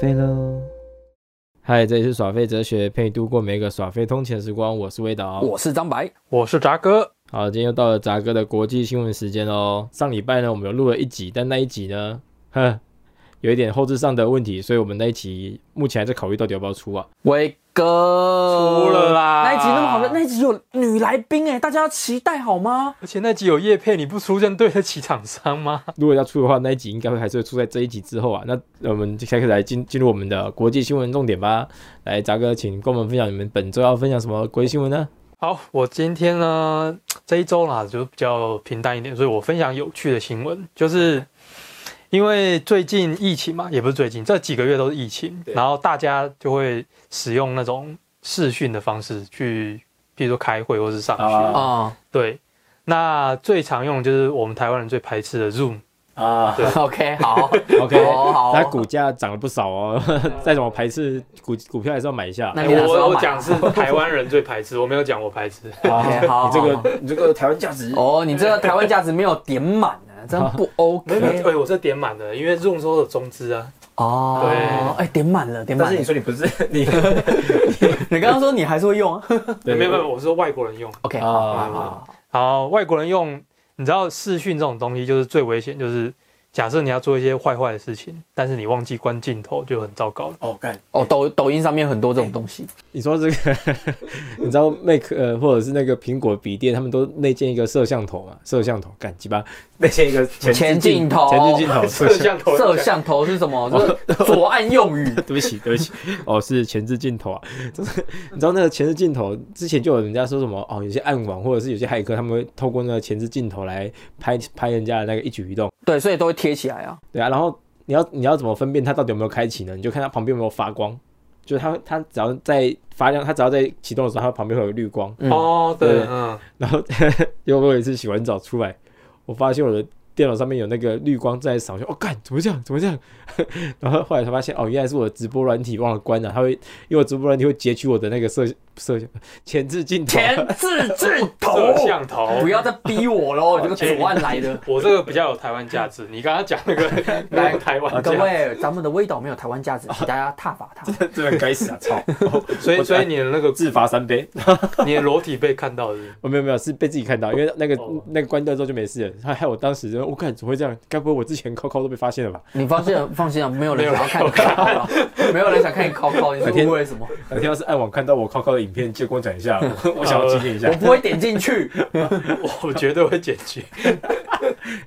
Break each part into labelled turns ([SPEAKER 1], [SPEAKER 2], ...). [SPEAKER 1] 费喽。
[SPEAKER 2] 嗨，这里是耍废哲学，陪你度过每个耍废通勤的时光。我是魏导，
[SPEAKER 3] 我是张白，
[SPEAKER 4] 我是炸哥。
[SPEAKER 2] 好，今天又到了杂哥的国际新闻时间喽。上礼拜呢，我们有录了一集，但那一集呢，哼，有一点后置上的问题，所以我们那一集目前还在考虑到底要不要出啊。
[SPEAKER 3] 伟哥
[SPEAKER 4] 出了啦
[SPEAKER 3] 那一集那么好看，那一集有女来宾哎，大家要期待好吗？
[SPEAKER 4] 而且那集有叶配，你不出，这样对得起厂商吗？
[SPEAKER 2] 如果要出的话，那一集应该会还是会出在这一集之后啊。那我们就开始来进进入我们的国际新闻重点吧。来，杂哥，请跟我们分享你们本周要分享什么国际新闻呢？
[SPEAKER 4] 好，我今天呢这一周啦就比较平淡一点，所以我分享有趣的新闻，就是因为最近疫情嘛，也不是最近，这几个月都是疫情，
[SPEAKER 2] 对
[SPEAKER 4] 然后大家就会使用那种视讯的方式去，譬如说开会或是上学。
[SPEAKER 2] 啊
[SPEAKER 3] 啊
[SPEAKER 4] 对，那最常用的就是我们台湾人最排斥的 Zoom。
[SPEAKER 2] 啊
[SPEAKER 4] 对
[SPEAKER 3] ，OK，好，
[SPEAKER 2] ，OK，
[SPEAKER 3] 好啊好
[SPEAKER 2] 它股价涨了不少哦， 再怎么排斥股股票还是要买一下。
[SPEAKER 3] 那你哪时候买
[SPEAKER 4] 是台湾人最排斥，我没有讲我排斥。
[SPEAKER 3] OK，好，
[SPEAKER 2] 你这
[SPEAKER 3] 好
[SPEAKER 2] 个你这个台湾价值
[SPEAKER 3] 哦，你这个台湾价值没有点满 啊，真不 OK
[SPEAKER 4] 没有，哎、我这点满了，因为 Zoom 收的中资啊，
[SPEAKER 3] 哦。
[SPEAKER 4] 对
[SPEAKER 3] 哎，点满了，点满了。
[SPEAKER 2] 说你不是你
[SPEAKER 3] 你刚刚说你还是会用啊
[SPEAKER 2] 对
[SPEAKER 4] 没有没有，我是说外国人用。
[SPEAKER 3] ？OK，
[SPEAKER 2] 啊
[SPEAKER 3] 好好好好，
[SPEAKER 4] 然后外国人用，你知道视讯这种东西就是最危险，就是假设你要做一些坏坏的事情，但是你忘记关镜头就很糟糕了。
[SPEAKER 2] 哦干，
[SPEAKER 3] 哦，抖抖音上面很多这种东西。
[SPEAKER 2] 你说这个 你知道 Mac 呃或者是那个苹果笔电他们都内建一个摄像头嘛，摄像头干鸡巴内建一个前
[SPEAKER 3] 前
[SPEAKER 2] 置
[SPEAKER 3] 镜头
[SPEAKER 2] 前置镜头，
[SPEAKER 4] 摄像头
[SPEAKER 3] 摄像头是什么？就是左岸用 语。
[SPEAKER 2] 对不起，对不起， 哦，是前置镜头啊， 就是你知道那个前置镜头，之前就有人家说什么哦，有些暗网或者是有些骇客，他们会透过那个前置镜头来拍拍人家的那个一举一动，
[SPEAKER 3] 对，所以都会贴起来啊。
[SPEAKER 2] 对啊，然后你要你要怎么分辨它到底有没有开启呢？你就看它旁边有没有发光，就是它它只要在发亮，它只要在启动的时候，它旁边会有绿光，
[SPEAKER 3] 嗯
[SPEAKER 4] 哦，
[SPEAKER 2] 对
[SPEAKER 4] 对，嗯，
[SPEAKER 2] 然后 结果我有一次洗完澡出来，我发现我的电脑上面有那个绿光在扫，我就哦干，怎么这样？怎么这样？ 然后后来才发现，哦，原来是我的直播软体忘了关了，它会因为我直播软体会截取我的那个摄摄前置镜头。
[SPEAKER 3] 前置镜头
[SPEAKER 4] 摄，像头。
[SPEAKER 3] 不要再逼我喽！这个左岸来的。
[SPEAKER 4] 我这个比较有台湾价值，你刚刚讲那 个没有台湾
[SPEAKER 3] 各
[SPEAKER 4] 价值，
[SPEAKER 3] 位，咱们的味道没有台湾价值，请大家踏伐 它。
[SPEAKER 2] 这该死啊！操，
[SPEAKER 4] 所以所以你的那个
[SPEAKER 2] 自罚三杯。
[SPEAKER 4] 你的裸体被看到的，
[SPEAKER 2] 哦我、没有没有，是被自己看到，因为那个、
[SPEAKER 4] 哦
[SPEAKER 2] 那个关掉之后就没事了。害害我当时就我看、怎么会这样？该不会我之前抠抠都被发现 了吧？
[SPEAKER 3] 你放心，放心啊，没有人想要看你考考了， 没有人想看你考考，你是误会 什么？
[SPEAKER 2] 哪天要是暗网看到我抠抠的影片，就跟我讲一下，我我想要纪念一下
[SPEAKER 3] 我。不会点进去，
[SPEAKER 4] 我绝对会剪辑，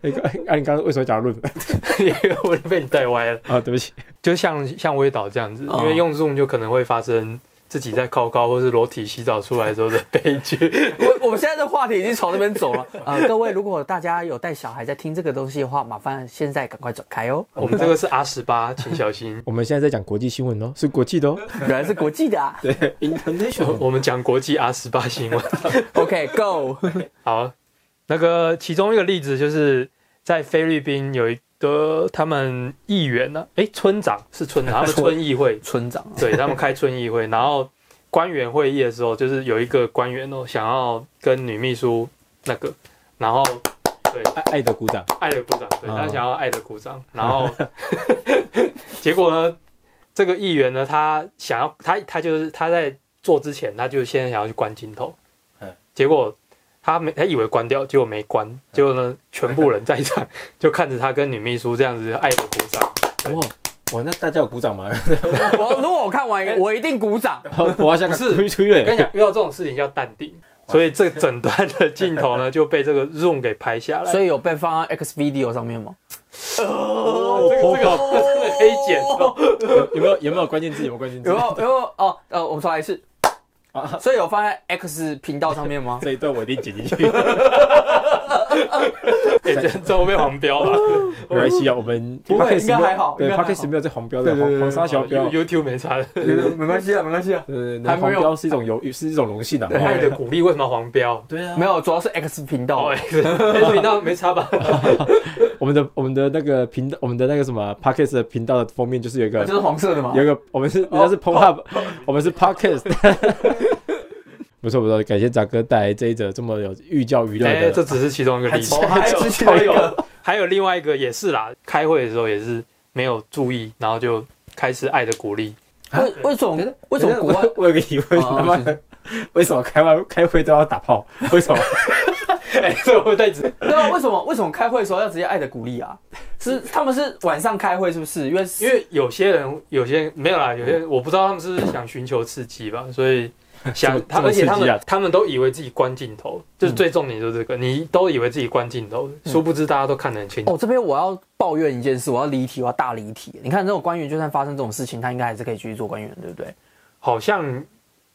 [SPEAKER 2] 那个，啊，你刚刚为什么讲到论 文
[SPEAKER 4] 因为我被你带歪了。
[SPEAKER 2] 啊？对不起，
[SPEAKER 4] 就像像微导这样子，
[SPEAKER 3] 哦
[SPEAKER 4] 因为用 Zoom 就可能会发生自己在靠高或是裸体洗澡出来的时候的悲 剧。
[SPEAKER 3] 我我们现在的话题已经朝那边 走了。呃，各位，如果大家有带小孩在听这个东西的话，麻烦现在赶快转开哦。
[SPEAKER 4] 我们这个是 R 十八，请小心。
[SPEAKER 2] 我们现在在讲国际新闻哦，是国际的哦。
[SPEAKER 3] 原来是国际的 啊。
[SPEAKER 2] 对，international。
[SPEAKER 4] 我们讲国际 R 十八新闻。
[SPEAKER 3] OK，Go。
[SPEAKER 4] 好，那个其中一个例子就是在菲律宾有一个他们议员呢、诶，村长是 村长，他们村议会，
[SPEAKER 3] 村长啊，
[SPEAKER 4] 对他们开村议会，然后官员会议的时候，就是有一个官员哦，想要跟女秘书那个，然后
[SPEAKER 2] 爱爱的鼓掌，
[SPEAKER 4] 爱的鼓掌，对
[SPEAKER 2] 啊
[SPEAKER 4] 他想要爱的鼓掌，然后 结果呢，这个议员呢，他想要他他就是他在做之前，他就先想要去关镜头
[SPEAKER 2] 嗯，
[SPEAKER 4] 结果他没他以为关掉，结果没关，结果呢，全部人在场 就看着他跟女秘书这样子爱的鼓掌，
[SPEAKER 2] 哇哇，那大家有鼓掌吗？
[SPEAKER 3] 我如果我看完，我一定鼓掌。
[SPEAKER 2] 我 好想
[SPEAKER 4] 不是
[SPEAKER 2] 出出
[SPEAKER 4] 我跟
[SPEAKER 2] 院
[SPEAKER 4] 你讲，遇到这种事情要淡定，所以这整段的镜头呢就被这个 Zoom 给拍下来，
[SPEAKER 3] 所以有被放在 X Video 上面吗？
[SPEAKER 4] 哦这个这个这个可以剪哦，
[SPEAKER 2] 有有没有有没有关键字？有没有关键字
[SPEAKER 3] 有？没有有没有哦呃，我们重来一次
[SPEAKER 2] 啊。
[SPEAKER 3] 所以有放在 X 频道上面 吗？
[SPEAKER 2] 这一段我一定剪 进去，
[SPEAKER 4] 哎，这这会被黄标了。
[SPEAKER 2] 没关系啊。我们
[SPEAKER 3] 不会
[SPEAKER 2] Podcast
[SPEAKER 3] 应该
[SPEAKER 2] 没有
[SPEAKER 3] 还好
[SPEAKER 2] 对
[SPEAKER 3] 应该还好
[SPEAKER 2] ，Podcast 没有在黄标的黄黄沙小标。
[SPEAKER 4] You- YouTube 没差的。
[SPEAKER 3] 没关系啊，没关系啊。
[SPEAKER 2] 对对，
[SPEAKER 3] 还没
[SPEAKER 2] 黄
[SPEAKER 3] 有
[SPEAKER 2] 标是一种荣是一种荣幸啊。
[SPEAKER 4] 爱的鼓励为什么黄标？
[SPEAKER 2] 对啊
[SPEAKER 3] 没，有，主要是 X 频道
[SPEAKER 4] 哦，。X 频 道没差吧？
[SPEAKER 2] 我们的我们的那个频道，我们的那个什么啊 Podcast 的频道的封面就是有一个
[SPEAKER 3] 就是黄色的嘛
[SPEAKER 2] 有。一个我们
[SPEAKER 4] 哦
[SPEAKER 2] 是人家是 p o h u b 我们是 Podcast。不错不错，感谢杂哥带来这一则这么有寓教于乐
[SPEAKER 4] 哎，
[SPEAKER 2] 的。
[SPEAKER 4] 这只是其中一个例子，
[SPEAKER 3] 还
[SPEAKER 4] 有
[SPEAKER 3] 只是哎 还有一个
[SPEAKER 4] 还有另外一个也是啦。开会的时候也是没有注意，然后就开始《爱的鼓励》。
[SPEAKER 3] 为为什么为什么国外
[SPEAKER 2] 哎 我我有个疑问，
[SPEAKER 3] 哦
[SPEAKER 2] 他妈的， 为什么开完开会都要打炮？ 为什么？ 哎，这我在指
[SPEAKER 3] 对啊？为什么为什么开会的时候要直接爱的鼓励啊？是他们是晚上开会是不是？因为
[SPEAKER 4] 因为有些人，有些人没有啦，有些人我不知道他们是想寻求刺激吧，所以
[SPEAKER 2] 这
[SPEAKER 4] 想
[SPEAKER 2] 么
[SPEAKER 4] 他，
[SPEAKER 2] 这么
[SPEAKER 4] 而且他
[SPEAKER 2] 刺激啊
[SPEAKER 4] 们他们都以为自己关镜头，就是最重点就是这个，你都以为自己关镜头，殊不知大家都看得很清楚。
[SPEAKER 3] 哦，这边我要抱怨一件事，我要离题，我要大离题。你看这种官员，就算发生这种事情，他应该还是可以继续做官员，对不对？
[SPEAKER 4] 好像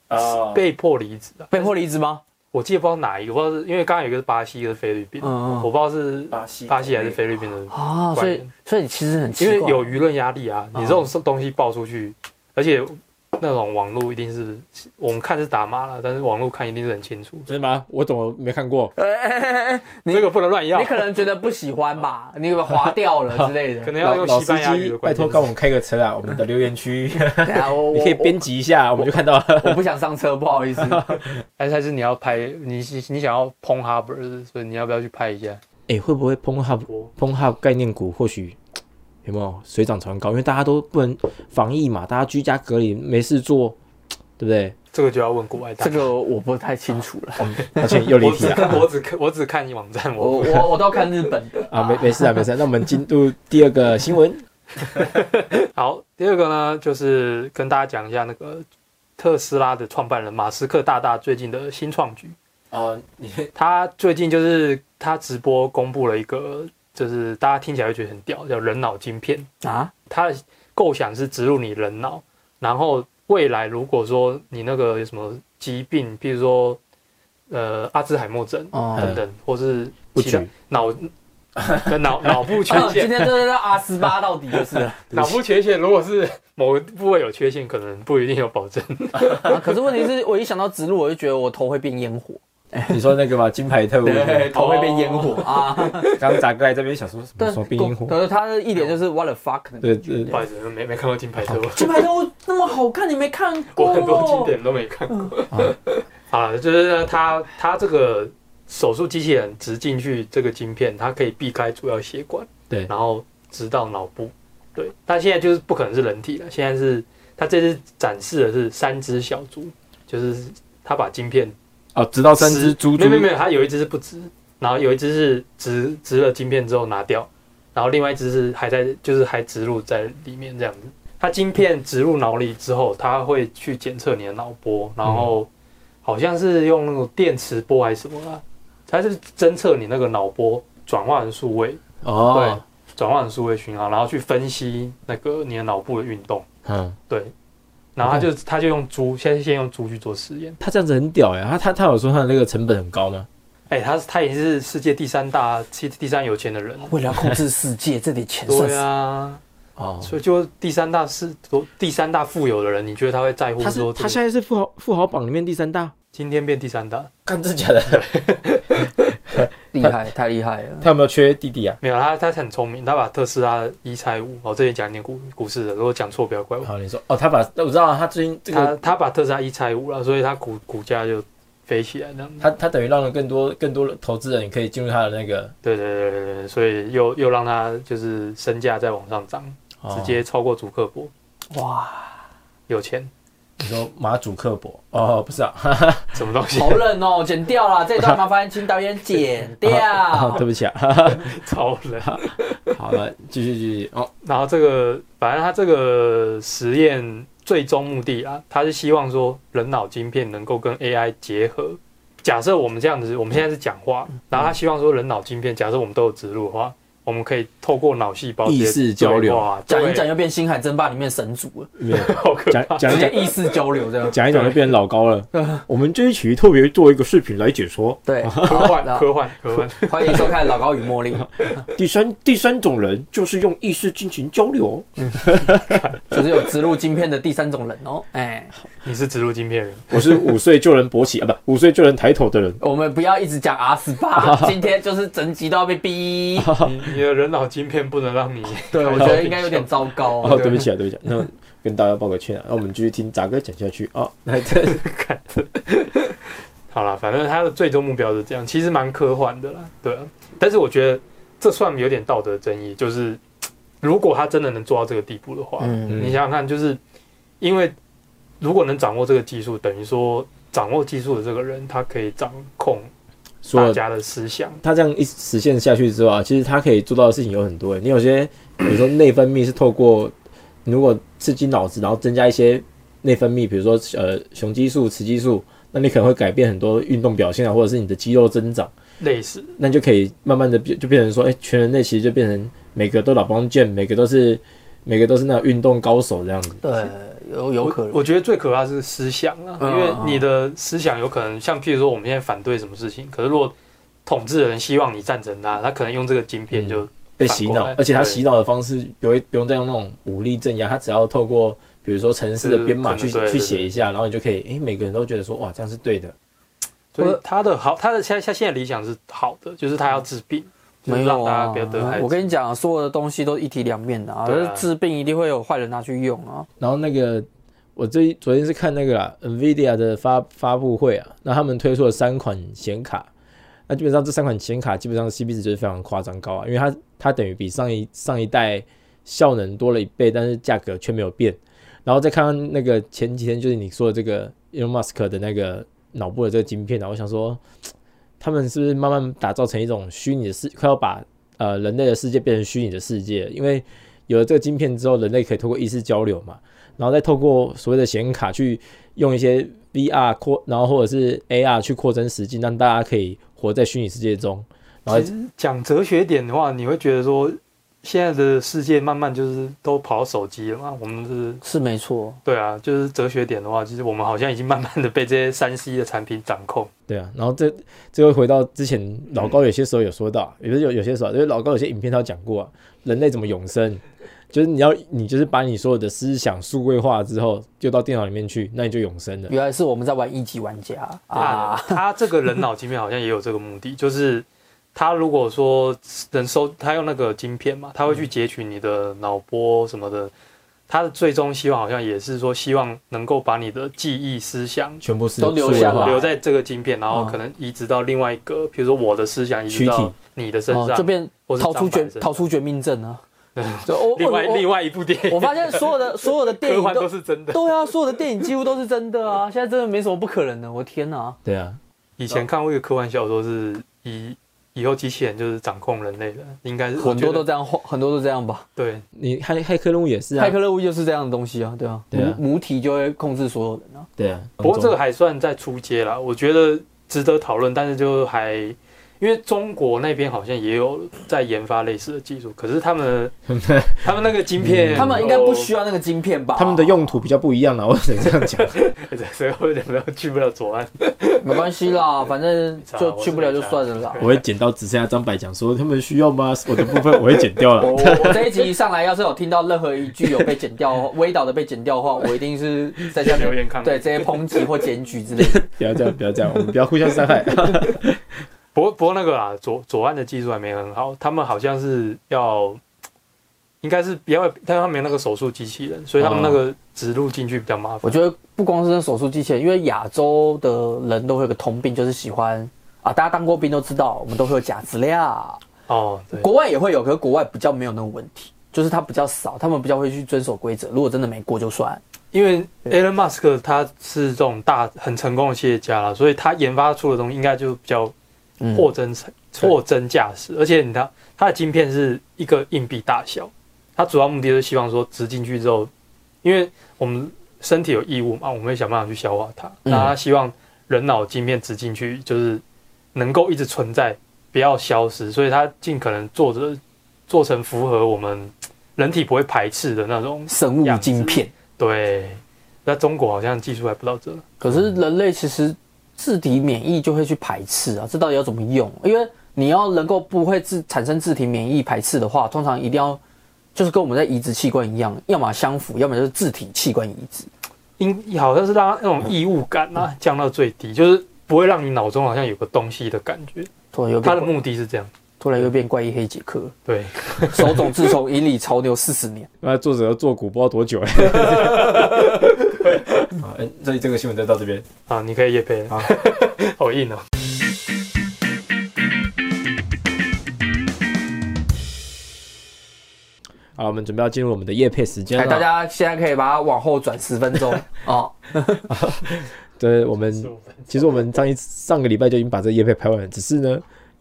[SPEAKER 2] 啊
[SPEAKER 4] 被迫离职啊，
[SPEAKER 3] 被迫离职吗？
[SPEAKER 4] 我记得不知道哪一个，不知道是因为刚刚有一个是巴西，一个是菲律宾，
[SPEAKER 3] 嗯嗯
[SPEAKER 4] 我不知道是
[SPEAKER 2] 巴西
[SPEAKER 4] 巴西还是菲律宾的，
[SPEAKER 3] 啊，所
[SPEAKER 4] 哦官
[SPEAKER 3] 以
[SPEAKER 4] 员
[SPEAKER 3] 所以其实很奇
[SPEAKER 4] 因
[SPEAKER 3] 怪，
[SPEAKER 4] 为有舆论压力啊，你这种东西爆出去，而且那种网络一定是我们看是打码了，但是网络看一定是很清楚，
[SPEAKER 2] 真的吗？我怎么没看过？
[SPEAKER 3] 哎哎哎哎你
[SPEAKER 4] 这个不能乱要
[SPEAKER 3] 你。可能觉得不喜欢吧，你给划掉了之类的
[SPEAKER 4] 可。能
[SPEAKER 2] 老
[SPEAKER 4] 要
[SPEAKER 2] 老
[SPEAKER 4] 用西
[SPEAKER 2] 司
[SPEAKER 4] 班牙语
[SPEAKER 2] 机
[SPEAKER 4] 的，关
[SPEAKER 2] 拜
[SPEAKER 4] 键
[SPEAKER 2] 托
[SPEAKER 4] 字
[SPEAKER 2] 帮我们开个车啊！我们的 留言区
[SPEAKER 3] 等一下 我
[SPEAKER 2] 你可以编辑一下，我们就看到了。
[SPEAKER 3] 我，我不想上车，不好意思。
[SPEAKER 4] 还是还是你要拍你你你想要 p o n h u b 是不是所以你要不要去拍一下？
[SPEAKER 2] 哎，会不会 p o n h u b
[SPEAKER 4] 我
[SPEAKER 2] p o n h u b 概念股或许有没有水涨船高？因为大家都不能防疫嘛，大家居家隔离没事做，对不对？
[SPEAKER 4] 这个就要问国外大
[SPEAKER 3] 这
[SPEAKER 4] 佬。
[SPEAKER 3] 个我不太清楚了，
[SPEAKER 2] 而且又离
[SPEAKER 4] 我
[SPEAKER 2] 题啊
[SPEAKER 4] 只
[SPEAKER 2] 了
[SPEAKER 4] 看我只看我只看网站，我
[SPEAKER 3] 我我我都看日本的。
[SPEAKER 2] 啊，没没事啊，没事啊。那我们进入第二个新 闻，
[SPEAKER 4] 好。第二个呢，就是跟大家讲一下那个特斯拉的创办人马斯克大大最近的新创举。
[SPEAKER 2] 哦，你
[SPEAKER 4] 他最近就是他直播公布了一个，就是大家听起来会觉得很屌，叫人脑晶片。
[SPEAKER 3] 啊，
[SPEAKER 4] 它的构想是植入你人脑，然后未来如果说你那个有什么疾病，比如说呃阿兹海默症
[SPEAKER 3] 哦
[SPEAKER 4] 等等，或是
[SPEAKER 2] 不
[SPEAKER 4] 其他
[SPEAKER 2] 举
[SPEAKER 4] 脑脑脑部 缺
[SPEAKER 3] 啊今
[SPEAKER 4] 陷，
[SPEAKER 3] 天就是要阿斯巴到底就是啊了。
[SPEAKER 4] 脑部缺陷如果是某个部位有缺陷，可能不一定有保证。
[SPEAKER 3] 啊可是问题是我一想到植入，我就觉得我头会变烟火，
[SPEAKER 2] 你说那个嘛，金牌特 务
[SPEAKER 3] 头会变烟火啊。
[SPEAKER 2] 刚砸过来这边想说什么
[SPEAKER 3] 对，
[SPEAKER 2] 什么冰烟火？
[SPEAKER 3] 可是他的一脸就是 what the fuck。
[SPEAKER 2] 对对，
[SPEAKER 4] 不好意思，没没看过金牌特务。
[SPEAKER 3] 金牌特务那么好看，你没看过？
[SPEAKER 4] 我很多经典都没看过。 啊，就是呢它它这个手术机器人植进去这个晶片，它可以避开主要血管，
[SPEAKER 2] 对
[SPEAKER 4] 然后直到脑部。对，但现在就是不可能是人体了，现在是它这次展示的是三只小猪，就是它把晶片
[SPEAKER 2] 哦，直到三只猪
[SPEAKER 4] 没
[SPEAKER 2] 猪
[SPEAKER 4] 有没有没有，它有一只是不植，然后有一只是植植了晶片之后拿掉，然后另外一只是还在就是还植入在里面这样子。它晶片植入脑里之后，它会去检测你的脑波，然
[SPEAKER 2] 嗯
[SPEAKER 4] 后好像是用那种电磁波还是什么啊，它是侦测你那个脑波转化成数位，
[SPEAKER 2] 哦，
[SPEAKER 4] 转化成数位讯号，然后去分析那个你的脑部的运动，
[SPEAKER 2] 嗯，
[SPEAKER 4] 对。然后它就
[SPEAKER 2] 哦
[SPEAKER 4] 它就用猪，现在先用猪去做实验。
[SPEAKER 2] 他这样子很屌哎，他他他有说他的那个成本很高吗？
[SPEAKER 4] 哎、他他也是世界第三大、其第三有钱的人。
[SPEAKER 3] 为了要控制世界，这点钱算
[SPEAKER 4] 对
[SPEAKER 3] 什么？
[SPEAKER 4] 啊，
[SPEAKER 2] 哦，
[SPEAKER 4] 所以就第三大是第三大富有的人，你觉得他会在乎
[SPEAKER 2] 他
[SPEAKER 4] 说
[SPEAKER 2] 是
[SPEAKER 4] 这
[SPEAKER 2] 他
[SPEAKER 4] 个
[SPEAKER 2] 现在是富豪富豪榜里面第三大，
[SPEAKER 4] 今天变第三大？
[SPEAKER 2] 干这假的？
[SPEAKER 3] 厉害，太厉害了。
[SPEAKER 2] 他有没有缺弟弟啊？
[SPEAKER 4] 没有，他他很聪明，他把特斯拉一拆五，哦，这里讲一点股股市的，如果讲错不要怪我。
[SPEAKER 2] 好，你说哦，他把我知道啊他最近这
[SPEAKER 4] 他
[SPEAKER 2] 个
[SPEAKER 4] 他把特斯拉一拆五了，所以他股股价就飞起来这样子。
[SPEAKER 2] 他他等于让了更多更多的投资人可以进入他的那个
[SPEAKER 4] 对对对对对，所以又又让他就是身价再往上涨，
[SPEAKER 2] 哦
[SPEAKER 4] 直接超过祖克伯，
[SPEAKER 3] 哇，
[SPEAKER 4] 有钱
[SPEAKER 2] 你说马祖克伯哦，不是啊，
[SPEAKER 4] 什 么东西？
[SPEAKER 3] 好冷哦，剪掉了这段，麻烦请导演剪
[SPEAKER 2] 哦
[SPEAKER 3] 掉。
[SPEAKER 2] 对不起啊，
[SPEAKER 4] 超人。
[SPEAKER 2] 好了，继续继续哦，
[SPEAKER 4] 然后这个，反正他这个实验最终目的啊，他是希望说人脑晶片能够跟 AI 结合。假设我们这样子，我们现在是讲话，
[SPEAKER 3] 嗯
[SPEAKER 4] 然后他希望说人脑晶片，假设我们都有植入的话，我们可以透过脑细胞
[SPEAKER 2] 意识交流
[SPEAKER 4] 啊，
[SPEAKER 3] 讲一讲
[SPEAKER 4] 对，
[SPEAKER 3] 又变《星海争霸》里面神族了，
[SPEAKER 2] 没有
[SPEAKER 4] 好 可
[SPEAKER 2] 讲
[SPEAKER 4] 怕。
[SPEAKER 2] 讲
[SPEAKER 3] 直
[SPEAKER 2] 一
[SPEAKER 3] 接
[SPEAKER 2] 讲
[SPEAKER 3] 意识交流 这样。
[SPEAKER 2] 讲一讲就变老高 了。我们这一期特别做一个视频来解说
[SPEAKER 3] 对，
[SPEAKER 4] 科 幻，
[SPEAKER 3] 然
[SPEAKER 4] 科幻，科幻。
[SPEAKER 3] 欢迎收看《老高与茉 莉》，
[SPEAKER 2] 第三 第三种人就是用意识进行交流。哦
[SPEAKER 3] 就是有植入晶片的第三种人哦。哎，
[SPEAKER 4] 你是植入晶片人，
[SPEAKER 2] 我是五岁就能勃起啊，不，五岁就能抬头的人。
[SPEAKER 3] 我们不要一直讲 R 十八， 今天就是整集都要被逼。
[SPEAKER 4] 你你的人脑晶片不能让你
[SPEAKER 3] 对，我觉得应该有点糟糕
[SPEAKER 2] 哦，
[SPEAKER 3] 哦。
[SPEAKER 2] 对不起啊， 对不起啊、那跟大家道个歉啊。那我们继续听杂哥讲下去啊。
[SPEAKER 4] 看。好啦，反正他的最终目标是这样，其实蛮科幻的啦，对啊。但是我觉得这算有点道德争议，就是如果他真的能做到这个地步的话，
[SPEAKER 3] 嗯
[SPEAKER 2] 嗯
[SPEAKER 4] 你想想看，就是因为如果能掌握这个技术，等于说掌握技术的这个人，他可以掌控
[SPEAKER 2] 所
[SPEAKER 4] 大
[SPEAKER 2] 有
[SPEAKER 4] 家的思想。
[SPEAKER 2] 他这样一实现下去之后啊，其实他可以做到的事情有很多欸。你有些，比如说内分泌是透过如果刺激脑子，然后增加一些内分泌，比如说呃雄激素、雌激素，那你可能会改变很多运动表现啊，或者是你的肌肉增长，
[SPEAKER 4] 类似，
[SPEAKER 2] 那你就可以慢慢的就变成说，哎、全人类其实就变成每个都老帮健，每个都是每个都是那种运动高手这样子。
[SPEAKER 3] 对，有有可
[SPEAKER 4] 我
[SPEAKER 3] 能，
[SPEAKER 4] 我觉得最可怕是思想啊，
[SPEAKER 3] 嗯
[SPEAKER 4] 因为你的思想有可能像，譬如说我们现在反对什么事情，可是如果统治的人希望你赞成他，他可能用这个晶片就、
[SPEAKER 2] 被洗
[SPEAKER 4] 反
[SPEAKER 2] 脑
[SPEAKER 4] 过来，
[SPEAKER 2] 而且他
[SPEAKER 4] 对
[SPEAKER 2] 洗脑的方式不会不用再用那种武力镇压，他只要透过比如说城市的编码去
[SPEAKER 4] 是可能对
[SPEAKER 2] 去
[SPEAKER 4] 对
[SPEAKER 2] 写
[SPEAKER 4] 对
[SPEAKER 2] 一下，然后你就可以，诶、每个人都觉得说哇这样是对的，
[SPEAKER 4] 所以
[SPEAKER 3] 我
[SPEAKER 4] 他的好，他的现在他现在理想是好的，就是他要治病，就是
[SPEAKER 3] 没
[SPEAKER 4] 让
[SPEAKER 3] 有
[SPEAKER 4] 大
[SPEAKER 3] 啊
[SPEAKER 4] 家不要得癌。
[SPEAKER 3] 我跟你讲啊，所有的东西都一体两面的啊，
[SPEAKER 4] 对啊
[SPEAKER 3] 就是治病一定会有坏人拿去用啊。
[SPEAKER 2] 然后那个我这昨天是看那个啦，NVIDIA 的发发布会啊，那他们推出了三款显卡，那基本上这三款显卡基本上 CP 值就是非常夸张高啊，因为它它等于比上一上一代效能多了一倍，但是价格却没有变。然后再看看那个前几天就是你说的这个 Elon Musk 的那个脑部的这个晶片啊，我想说他们是不是慢慢打造成一种虚拟的世，快要把呃人类的世界变成虚拟的世界？因为有了这个晶片之后，人类可以透过意识交流嘛，然后再透过所谓的显卡去用一些 VR 扩，然后或者是 AR 去扩增实境，让大家可以活在虚拟世界中。然后
[SPEAKER 4] 其实讲哲学点的话，你会觉得说，现在的世界慢慢就是都跑手机了嘛。我们是，
[SPEAKER 3] 是没错，
[SPEAKER 4] 对啊，就是哲学点的话，其实我们好像已经慢慢的被这些三 C 的产品掌控。
[SPEAKER 2] 对啊，然后这这又回到之前老高有些时候有说到啊，也不是有有些时候啊，就是老高有些影片他有讲过啊，人类怎么永生，就是你要你就是把你所有的思想数位化之后，就到电脑里面去，那你就永生了。
[SPEAKER 3] 原来是我们在玩一级玩家
[SPEAKER 4] 啊
[SPEAKER 3] 啊，，
[SPEAKER 4] 他这个人脑晶片好像也有这个目的，就是他如果说能收，他用那个晶片嘛，他会去截取你的脑波什么的。他的最终希望好像也是说，希望能够把你的记忆、思想
[SPEAKER 2] 全部是
[SPEAKER 3] 都留
[SPEAKER 2] 数位
[SPEAKER 3] 下
[SPEAKER 2] 化
[SPEAKER 3] 来
[SPEAKER 4] 留在这个晶片，然后
[SPEAKER 3] 嗯
[SPEAKER 4] 可能移植到另外一个，比如说我的思想移植
[SPEAKER 2] 躯
[SPEAKER 4] 到
[SPEAKER 2] 体
[SPEAKER 4] 你的身上，
[SPEAKER 3] 就变
[SPEAKER 4] 或是
[SPEAKER 3] 逃出
[SPEAKER 4] 长板
[SPEAKER 3] 绝
[SPEAKER 4] 身上
[SPEAKER 3] 逃出绝命症啊。就我
[SPEAKER 4] 另外
[SPEAKER 3] 我
[SPEAKER 4] 另外一部电影，
[SPEAKER 3] 我发现所有的所有的电
[SPEAKER 4] 科
[SPEAKER 3] 影
[SPEAKER 4] 幻都
[SPEAKER 3] 都
[SPEAKER 4] 是真的。
[SPEAKER 3] 对啊，所有的电影几乎都是真的啊，现在真的没什么不可能的。我天哪、
[SPEAKER 2] 对啊，
[SPEAKER 4] 以前看过一个科幻小说，是以以后机器人就是掌控人类的，应该是
[SPEAKER 3] 很多
[SPEAKER 4] 我觉
[SPEAKER 3] 都
[SPEAKER 4] 得
[SPEAKER 3] 这样，很多都这样吧。
[SPEAKER 4] 对，
[SPEAKER 2] 你骇骇客任务也是啊
[SPEAKER 3] 骇，客任务就是这样的东西啊，对啊，
[SPEAKER 2] 对啊
[SPEAKER 3] 母母体就会控制所有人啊。
[SPEAKER 2] 对啊。
[SPEAKER 4] 不过这个还算在初阶啦，我觉得值得讨论，但是就还因为中国那边好像也有在研发类似的技术，可是他们他们那个晶片，
[SPEAKER 3] 他们应该不需要那个晶片吧？
[SPEAKER 2] 他们的用途比较不一样啊，我只能这样讲。
[SPEAKER 4] 要，所以我讲到去不了左岸。
[SPEAKER 3] 没关系啦，反正就去不了就算了啦。
[SPEAKER 2] 我会剪到只剩下张白讲说他们需要吗？我的部分我会剪掉
[SPEAKER 3] 我
[SPEAKER 2] 了。
[SPEAKER 3] 我我这一集一上来，要是有听到任何一句有被剪掉、 微倒的被剪掉的话，我一定是在下面
[SPEAKER 4] 留言抗议
[SPEAKER 3] 对这些抨击或检举之类的。
[SPEAKER 2] 不要这样，不要这样，我们不要互相伤 害。
[SPEAKER 4] 不过不过那个啊，左左岸的技术还没很好，他们好像是要，应该是比较，但他们没有那个手术机器人，所以他们那个植入进去比较麻烦。
[SPEAKER 3] 哦我觉得不光是手术机器人，因为亚洲的人都会有个通病，就是喜欢啊，大家当过兵都知道，我们都会有假资料。
[SPEAKER 4] 哦，对，
[SPEAKER 3] 国外也会有，可是国外比较没有那种问题，就是它比较少，他们比较会去遵守规则。如果真的没过就算，
[SPEAKER 4] 因为 Elon Musk 他是这种大很成功的企业家了，所以他研发出的东西应该就比较
[SPEAKER 3] 嗯，
[SPEAKER 4] 货真货真价实，而且你看它的晶片是一个硬币大小，它主要目的就是希望说植进去之后，因为我们身体有异物嘛，我们会想办法去消化它。
[SPEAKER 3] 嗯
[SPEAKER 4] 那它希望人脑晶片植进去，就是能够一直存在，不要消失，所以它尽可能做着做成符合我们人体不会排斥的那种。
[SPEAKER 3] 生物晶片。
[SPEAKER 4] 对，那中国好像技术还不到这，
[SPEAKER 3] 可是人类其实自体免疫就会去排斥啊，这到底要怎么用？因为你要能够不会自产生自体免疫排斥的话，通常一定要就是跟我们在移植器官一样，要么相符，要么就是自体器官移植。
[SPEAKER 4] 因好像是让它那种异物感啊降到最低，就是不会让你脑中好像有个东西的感觉。
[SPEAKER 3] 突然又
[SPEAKER 4] 他的
[SPEAKER 3] 变，
[SPEAKER 4] 目的是这样，
[SPEAKER 3] 突然又变怪异黑杰克，
[SPEAKER 4] 对，
[SPEAKER 3] 手冢自从引领潮流四十 年。
[SPEAKER 2] 那作者要做股不知道多久哎。 好，哎所以这个新闻就到这边。
[SPEAKER 4] 啊，你可以夜配了，
[SPEAKER 2] 好
[SPEAKER 4] 好硬哦。
[SPEAKER 2] 好，我们准备要进入我们的夜配时间
[SPEAKER 3] 哎，
[SPEAKER 2] 了。
[SPEAKER 3] 大家现在可以把它往后转十分钟 哦。
[SPEAKER 2] 对，我们其实我们上一上个礼拜就已经把这个夜配拍完了，只是呢，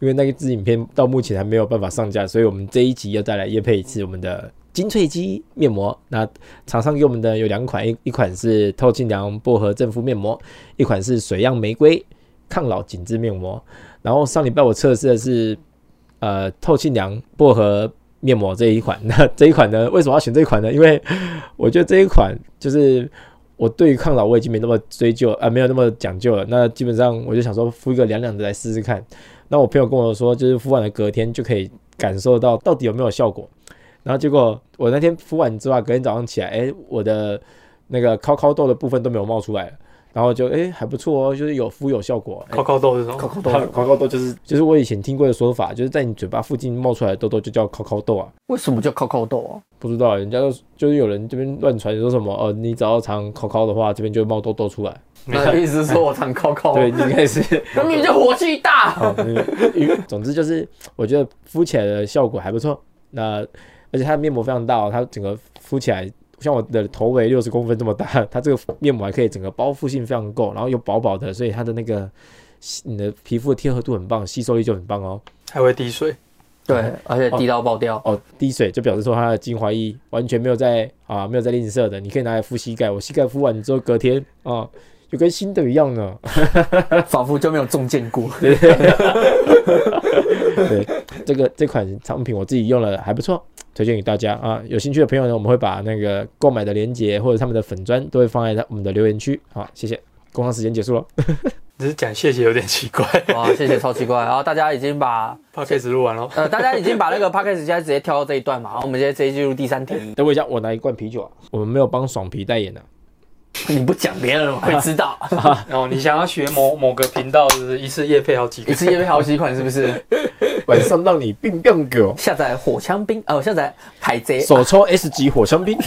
[SPEAKER 2] 因为那一支影片到目前还没有办法上架，所以我们这一集要再来夜配一次我们的精粹肌面膜。那厂商给我们的有两款，一一款是透净良薄荷正肤面膜，一款是水漾玫瑰抗老紧致面膜。然后上礼拜我测试的是呃透净良薄荷面膜这一款，那这一款呢，为什么要选这一款呢？因为我觉得这一款就是我对于抗老我已经没那么追究啊、没有那么讲究了。那基本上我就想说敷一个凉凉的来试试看。那我朋友跟我说，就是敷完了隔天就可以感受到到底有没有效果。然后结果我那天敷完之后啊，隔天早上起来，哎，我的那个烤烤痘的部分都没有冒出来了。然后就哎还不错哦，就是有敷有效果。哎
[SPEAKER 4] 扣扣豆是什么？
[SPEAKER 3] 扣扣
[SPEAKER 2] 烤
[SPEAKER 3] 哦豆，
[SPEAKER 2] 烤痘就是就是我以前听过的说法，就是在你嘴巴附近冒出来的痘痘就叫烤烤痘啊。
[SPEAKER 3] 为什么叫扣扣豆啊？
[SPEAKER 2] 不知道，人家都就是有人这边乱传说什么，呃，你只要常烤烤的话，这边就会冒痘痘出来。
[SPEAKER 4] 没
[SPEAKER 3] 那意思是说我常扣扣，
[SPEAKER 2] 对，你应该是，
[SPEAKER 3] 那明明就火气大。
[SPEAKER 2] 哦 好那 个总之就是，我觉得敷起来的效果还不错。那而且它的面膜非常大、哦，它整个敷起来，像我的头围六十公分这么大，它这个面膜还可以整个包覆性非常够，然后又薄薄的，所以它的那个吸你的皮肤的贴合度很棒，吸收力就很棒哦。
[SPEAKER 4] 还会滴水，
[SPEAKER 3] 对，而且低到爆掉。
[SPEAKER 2] 哦，滴水就表示说它的精华液完全没有在啊，没有在吝啬的，你可以拿来敷膝盖。我膝盖敷完之后，隔天啊，就跟新的一样呢。
[SPEAKER 3] 仿佛就没有中箭 过。
[SPEAKER 2] 对，这个这款产品我自己用了还不错，推荐给大家啊。有兴趣的朋友呢，我们会把那个购买的链接或者他们的粉砖都会放在他我们的留言区。好，谢谢。工商时间结束了，
[SPEAKER 4] 只是讲谢谢有点奇怪。
[SPEAKER 3] 哇，哦谢谢，超奇怪。然后大家已经把
[SPEAKER 4] Podcast 录完了，
[SPEAKER 3] 呃，大家已经把那个 p a c k a g e 现在直接跳到这一段嘛，哦然后我们现在直接进入第三题。
[SPEAKER 2] 等我一下，我拿一罐啤酒啊。我们没有帮爽皮代言的、啊
[SPEAKER 3] 你不讲，别人会知道。
[SPEAKER 4] 然哦后你想要学某某个频道，就是一次夜配好 几
[SPEAKER 3] 一
[SPEAKER 4] 个，
[SPEAKER 3] 次夜配好几款是不是？
[SPEAKER 2] 晚上让你病变狗，
[SPEAKER 3] 下载火枪兵，哦，下载海贼。
[SPEAKER 2] 手抽 S 级火枪兵。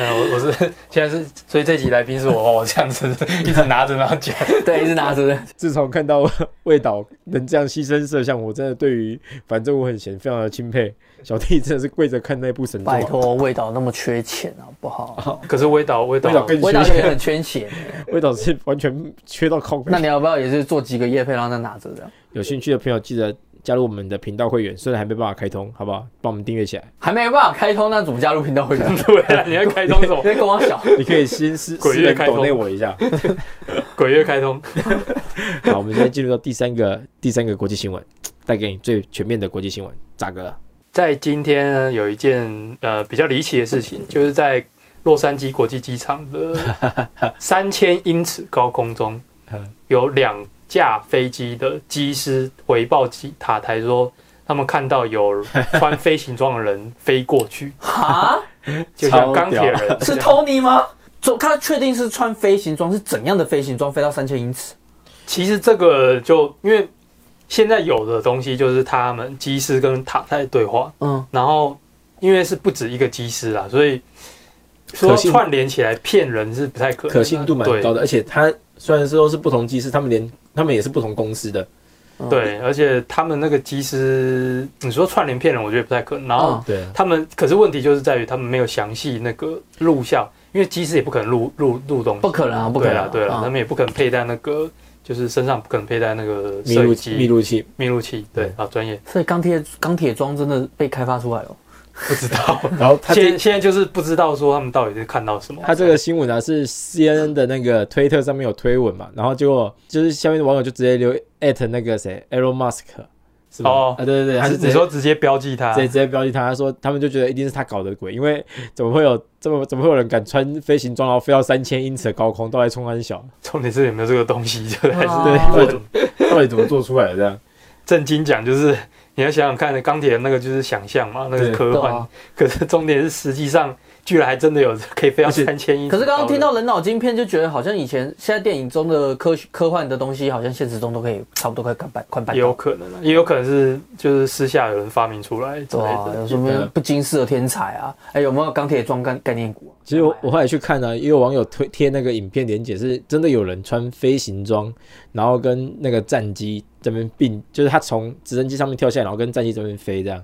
[SPEAKER 4] 嗯，我我是现在是，所以这集来宾是我，我哦这样子 一直拿着然后讲，
[SPEAKER 3] 对，一直拿着。
[SPEAKER 2] 自从看到魏导能这样牺牲摄像，我真的对于反正我很闲非常的钦佩。小弟真的是跪着看那部神作啊，
[SPEAKER 3] 拜托，味道那么缺钱好不 好？
[SPEAKER 4] 可是味道味道
[SPEAKER 2] 魏导更
[SPEAKER 3] 味道
[SPEAKER 2] 缺
[SPEAKER 3] 也
[SPEAKER 2] 钱，
[SPEAKER 3] 很缺钱。
[SPEAKER 2] 魏导是完全缺到靠背
[SPEAKER 3] 那。你要不要也是做几个夜配，然后再拿着这样？
[SPEAKER 2] 有兴趣的朋友记得加入我们的频道会员，虽然还没办法开通，好不好？帮我们订阅起 来。
[SPEAKER 3] 还没有办法开通，那怎么加入频道会 员？
[SPEAKER 4] 对啊，你要开通什么
[SPEAKER 3] 因？为跟我小，
[SPEAKER 2] 你可以先私
[SPEAKER 4] 鬼
[SPEAKER 2] 私
[SPEAKER 4] 月
[SPEAKER 2] 人
[SPEAKER 4] 开通
[SPEAKER 2] 抖内我一下。
[SPEAKER 4] 鬼月开通，
[SPEAKER 2] 好，我们现在进入到第三个第三个国际新闻，带给你最全面的国际新闻。咋个了？
[SPEAKER 4] 在今天呢，有一件呃比较离奇的事情，就是在洛杉矶国际机场的 三千英尺高空中
[SPEAKER 2] 嗯，
[SPEAKER 4] 有两架飞机的机师回报机塔台说，他们看到有穿飞行装的人飞 过去，
[SPEAKER 3] 哈，
[SPEAKER 4] 就像
[SPEAKER 2] 超
[SPEAKER 4] 钢铁
[SPEAKER 2] 屌
[SPEAKER 4] 人
[SPEAKER 3] 啊是啊
[SPEAKER 4] 一样
[SPEAKER 3] Tony 吗？就他确定是穿飞行装，是怎样的飞行装飞到三千英尺？
[SPEAKER 4] 其实这个就因为现在有的东西就是他们机师跟塔台对话，
[SPEAKER 3] 嗯，
[SPEAKER 4] 然后因为是不止一个机师啦，所以说
[SPEAKER 2] 可信
[SPEAKER 4] 串联起来骗人是不太可能的
[SPEAKER 2] 可信度蛮
[SPEAKER 4] 对
[SPEAKER 2] 高的，而且它虽然说是不同机师，他们连他们也是不同公司的，
[SPEAKER 3] 嗯，
[SPEAKER 4] 对，而且他们那个机师，你说串联骗人，我觉得不太可能。然后
[SPEAKER 3] 嗯
[SPEAKER 2] 对啊，
[SPEAKER 4] 他们，可是问题就是在于他们没有详细那个录像，因为机师也不可能录录录东西，
[SPEAKER 3] 不可能啊，不可
[SPEAKER 4] 对
[SPEAKER 3] 能、
[SPEAKER 4] 啦
[SPEAKER 3] 啊，
[SPEAKER 4] 对啦，他
[SPEAKER 3] 嗯
[SPEAKER 4] 们也不可能佩戴那个，就是身上不可能佩戴那个
[SPEAKER 2] 密
[SPEAKER 4] 摄
[SPEAKER 2] 录
[SPEAKER 4] 影
[SPEAKER 2] 器密
[SPEAKER 4] 机、
[SPEAKER 2] 录嗯器，
[SPEAKER 4] 密录器，对啊，专业
[SPEAKER 3] 所以钢铁钢铁装真的被开发出来了。
[SPEAKER 4] 不知道。
[SPEAKER 2] 然后 他
[SPEAKER 4] 现
[SPEAKER 2] 这
[SPEAKER 4] 在现在就是不知道说他们到底是看到什么。
[SPEAKER 2] 他这个新闻啊是 CNN 的那个推特上面有推文嘛，然后结果就是下面的网友就直接留 at 那个谁 Elon Musk 是吧？
[SPEAKER 4] 哦
[SPEAKER 2] 啊对对对，他
[SPEAKER 4] 还
[SPEAKER 2] 是
[SPEAKER 4] 是
[SPEAKER 2] 直
[SPEAKER 4] 你
[SPEAKER 2] 接
[SPEAKER 4] 说直接标记他
[SPEAKER 2] 直接直接标记他，他说他们就觉得一定是他搞的鬼，因为怎么会有这么怎么会有人敢穿飞行装然后飞到三千英尺的高空，到底冲安小，
[SPEAKER 4] 重点是有没有这个东西，就还
[SPEAKER 3] 啊
[SPEAKER 4] 是
[SPEAKER 2] 对，到底
[SPEAKER 4] 问
[SPEAKER 2] 怎么到底怎么做出来的这样？
[SPEAKER 4] 正经讲，就是你要想想看，钢铁人那个就是想象嘛，那个是
[SPEAKER 2] 对
[SPEAKER 4] 科
[SPEAKER 3] 对
[SPEAKER 4] 幻
[SPEAKER 3] 啊，
[SPEAKER 4] 可是重点是，实际上居然还真的有可以飞到
[SPEAKER 2] 而且
[SPEAKER 4] 三千英
[SPEAKER 3] 可
[SPEAKER 4] 尺高的。
[SPEAKER 3] 是刚刚听到人脑晶片，就觉得好像以前现在电影中的科学科幻的东西，好像现实中都可以差不多快看半快半
[SPEAKER 4] 也有
[SPEAKER 3] 到。
[SPEAKER 4] 可能啊，也有可能是就是私下有人发明出来之
[SPEAKER 3] 对
[SPEAKER 4] 类
[SPEAKER 3] 啊，
[SPEAKER 4] 的。
[SPEAKER 3] 有什么不经世的天才啊？哎，有没有钢铁装概概念股、啊？
[SPEAKER 2] 其实我我后来去看呢、也有网友推贴那个影片连结，是真的有人穿飞行装，然后跟那个战机这边并，就是他从直升机上面跳下来，然后跟战机这边飞这样。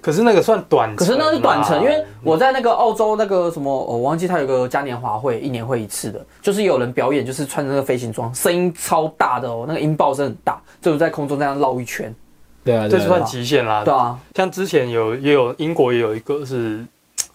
[SPEAKER 4] 可是那个算短程啊啦，
[SPEAKER 3] 可是那是短程，因为我在那个澳洲那个什么，哦我忘记它有个嘉年华会，一年会一次的，就是有人表演，就是穿着那个飞行装，声音超大的哦，那个音爆声很大，就是在空中这样绕一圈。
[SPEAKER 2] 对啊，
[SPEAKER 4] 这
[SPEAKER 2] 对啊
[SPEAKER 4] 算极限啦。
[SPEAKER 3] 对啊，
[SPEAKER 4] 像之前有也有英国也有一个是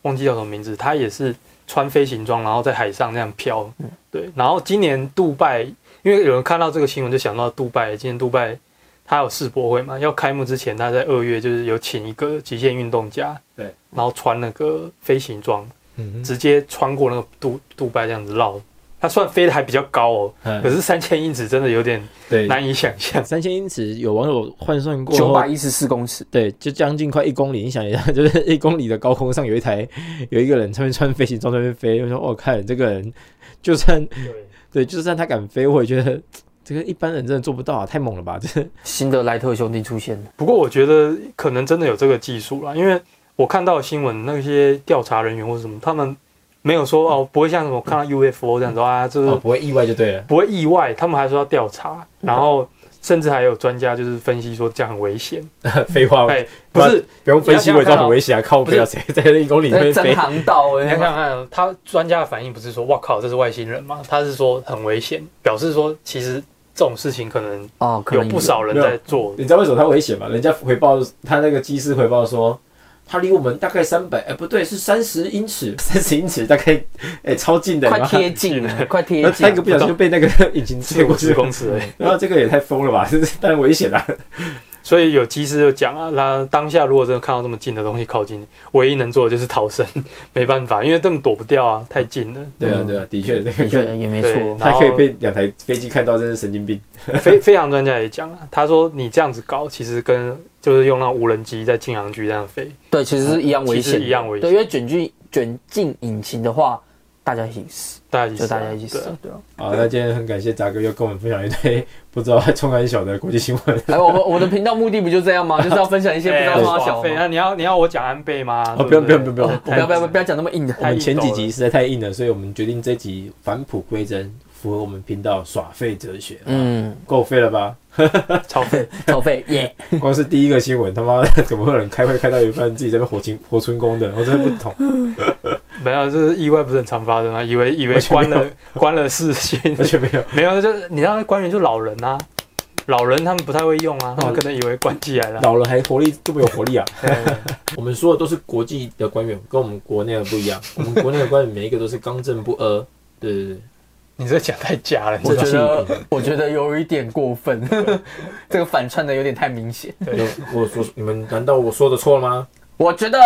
[SPEAKER 4] 忘记叫什么名字，他也是穿飞行装，然后在海上那样飘。
[SPEAKER 2] 嗯
[SPEAKER 4] 对，然后今年杜拜，因为有人看到这个新闻就想到杜拜，今年杜拜他有世博会嘛，要开幕之前他在二月就是有请一个极限运动家，
[SPEAKER 2] 对，
[SPEAKER 4] 然后穿那个飞行装，
[SPEAKER 2] 嗯
[SPEAKER 4] 直接穿过那个杜杜拜这样子绕。他算飞的还比较高哦，
[SPEAKER 2] 哼，
[SPEAKER 4] 可是三千英尺真的有点
[SPEAKER 2] 啊嗯对啊
[SPEAKER 4] 难以想象。
[SPEAKER 2] 三千英尺，有网友换算过
[SPEAKER 3] 九
[SPEAKER 2] 后
[SPEAKER 3] 百一十四公尺，
[SPEAKER 2] 对，就将近快一公里。你想一下， 就是一公里的高空上有一台， 有一个人上面穿飞行装在那边飞，我说我、哦、看这个人，就算
[SPEAKER 4] 对，
[SPEAKER 2] 对，就算他敢飞，我也觉得这个一般人真的做不到啊，太猛了吧！ 这
[SPEAKER 3] 辛德莱特兄弟出现了，
[SPEAKER 4] 不过我觉得可能真的有这个技术啦，因为我看到新闻那些调查人员或者什么，他们没有说哦，不会像什么看到 UFO 这样子啊，就是
[SPEAKER 2] 不会意外就对了。
[SPEAKER 4] 不会意外，他们还说要调查，然后甚至还有专家就是分析说这样很危险，
[SPEAKER 2] 废话
[SPEAKER 4] 哎，不是，
[SPEAKER 2] 不用
[SPEAKER 4] 分析我也知道很危
[SPEAKER 2] 险啊！靠
[SPEAKER 4] 背啊
[SPEAKER 2] 谁在一公里
[SPEAKER 3] 在
[SPEAKER 4] 啊
[SPEAKER 3] 真航道
[SPEAKER 4] 你看
[SPEAKER 3] 哎，
[SPEAKER 4] 看看他专家的反应不是说哇靠，这是外星人吗？他是说很危险，表示说其实这种事情可能
[SPEAKER 3] 哦，可
[SPEAKER 4] 有
[SPEAKER 3] 能
[SPEAKER 4] 不少人
[SPEAKER 2] 没有
[SPEAKER 4] 在做，
[SPEAKER 2] 你知道为什么他危险吗？人家回报他那个机师回报说，他离我们大概三百，哎，不对，是三十英尺，三十英尺大概，哎、超近的，
[SPEAKER 3] 快
[SPEAKER 2] 然后
[SPEAKER 3] 贴近 了，快贴
[SPEAKER 2] 他他一个
[SPEAKER 3] 近。
[SPEAKER 2] 不小心就被那个 引擎
[SPEAKER 4] 四
[SPEAKER 2] 刺
[SPEAKER 4] 五
[SPEAKER 2] 过去
[SPEAKER 4] 十
[SPEAKER 2] 了，
[SPEAKER 4] 公尺而已。
[SPEAKER 2] 然后这个也太疯了吧， 这是当然危险啦、
[SPEAKER 4] 所以有机师就讲啊，那当下如果真的看到这么近的东西靠近你，唯一能做的就是逃生，没办法，因为根本躲不掉啊，太近了。
[SPEAKER 2] 对啊，对啊，的确，那
[SPEAKER 3] 的
[SPEAKER 2] 个
[SPEAKER 3] 确也没
[SPEAKER 4] 对
[SPEAKER 3] 错，，
[SPEAKER 2] 他
[SPEAKER 4] 然后
[SPEAKER 2] 可以被两台飞机看到，真是神经病。
[SPEAKER 4] 飞飞航专家也讲啊，他说你这样子搞，其实跟就是用那种无人机在禁航区这样飞，
[SPEAKER 3] 对，其实是一样危
[SPEAKER 4] 哦其
[SPEAKER 3] 险
[SPEAKER 4] 实，一样危险
[SPEAKER 3] 对，因为卷进卷进引擎的话，大家一起死，
[SPEAKER 4] 大家一起
[SPEAKER 3] 就
[SPEAKER 4] 死啊
[SPEAKER 3] 大家一起死
[SPEAKER 4] 对啊，
[SPEAKER 3] 对啊。
[SPEAKER 2] 好，那今天很感谢杂哥又跟我们分享一堆 不知道在冲安小的国际新闻。
[SPEAKER 3] 哎，我们我的频道目的不就这样吗？ 就是要分享一些不知道
[SPEAKER 4] 哎
[SPEAKER 3] 多少小
[SPEAKER 4] 耍废那你要你要我讲安倍吗？
[SPEAKER 2] 哦
[SPEAKER 4] 对
[SPEAKER 2] 不用
[SPEAKER 4] 对
[SPEAKER 2] 不用不用
[SPEAKER 4] 哦
[SPEAKER 3] 不要不要不要讲那么硬的
[SPEAKER 2] 我，们前
[SPEAKER 4] 太
[SPEAKER 2] 几
[SPEAKER 4] 硬斗了
[SPEAKER 2] 集实在太硬了，所以我们决定这集返璞归真，符合我们频道耍废哲学。
[SPEAKER 3] 嗯，
[SPEAKER 2] 够废了吧？
[SPEAKER 4] 超废。
[SPEAKER 3] 超费耶，
[SPEAKER 2] 光是第一个新闻，他妈的怎么会有人开会开到一半自己在那边火清火春宫的？我真的不 懂。
[SPEAKER 4] 没有，就是意外不是很常发生吗？啊以为以为
[SPEAKER 2] 完全
[SPEAKER 4] 关
[SPEAKER 2] 没有
[SPEAKER 4] 了关了视讯，
[SPEAKER 2] 完全没有。
[SPEAKER 4] 没有，就是你知道官员就老人啊，老人他们不太会用啊，他们可能以为关起来了。
[SPEAKER 2] 老了还活力这么有活 力啊！
[SPEAKER 4] 对
[SPEAKER 2] 我们说的都是国际的官员，跟我们国内的不一 样。我们国内的官员每一个都是刚正不阿。对对对，
[SPEAKER 4] 你这讲太假了，你
[SPEAKER 3] 我
[SPEAKER 4] 这
[SPEAKER 3] 觉
[SPEAKER 2] 这
[SPEAKER 3] 得我觉得有一点过分， 这个反串的有点太明显。
[SPEAKER 2] 有我说你们难道我说的错了吗？
[SPEAKER 3] 我觉得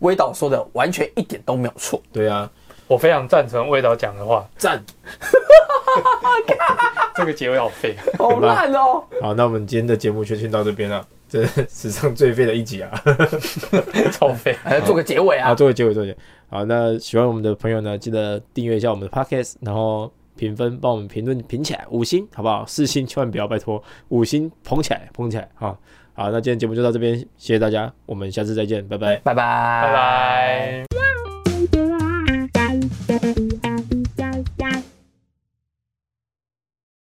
[SPEAKER 3] 微导说的完全一点都没有错，
[SPEAKER 2] 对啊，
[SPEAKER 4] 我非常赞成魏导讲的话，
[SPEAKER 2] 赞。
[SPEAKER 4] 这个结尾好废。
[SPEAKER 3] 好烂哦。
[SPEAKER 2] 好，那我们今天的节目就先到这边了，这是史上最废的一集啊！
[SPEAKER 4] 超废。
[SPEAKER 3] 还要做个结尾
[SPEAKER 2] 好，
[SPEAKER 3] 啊。
[SPEAKER 2] 作为结尾，作为结尾好，那喜欢我们的朋友呢，记得订阅一下我们的 podcast，然后评分帮我们评论评起来，五星好不好？四星千万不要，拜托，五星捧起来，捧起来啊！好，那今天节目就到这边，谢谢大家，我们下次再见，拜拜。
[SPEAKER 3] 拜拜，拜
[SPEAKER 4] 拜。拜。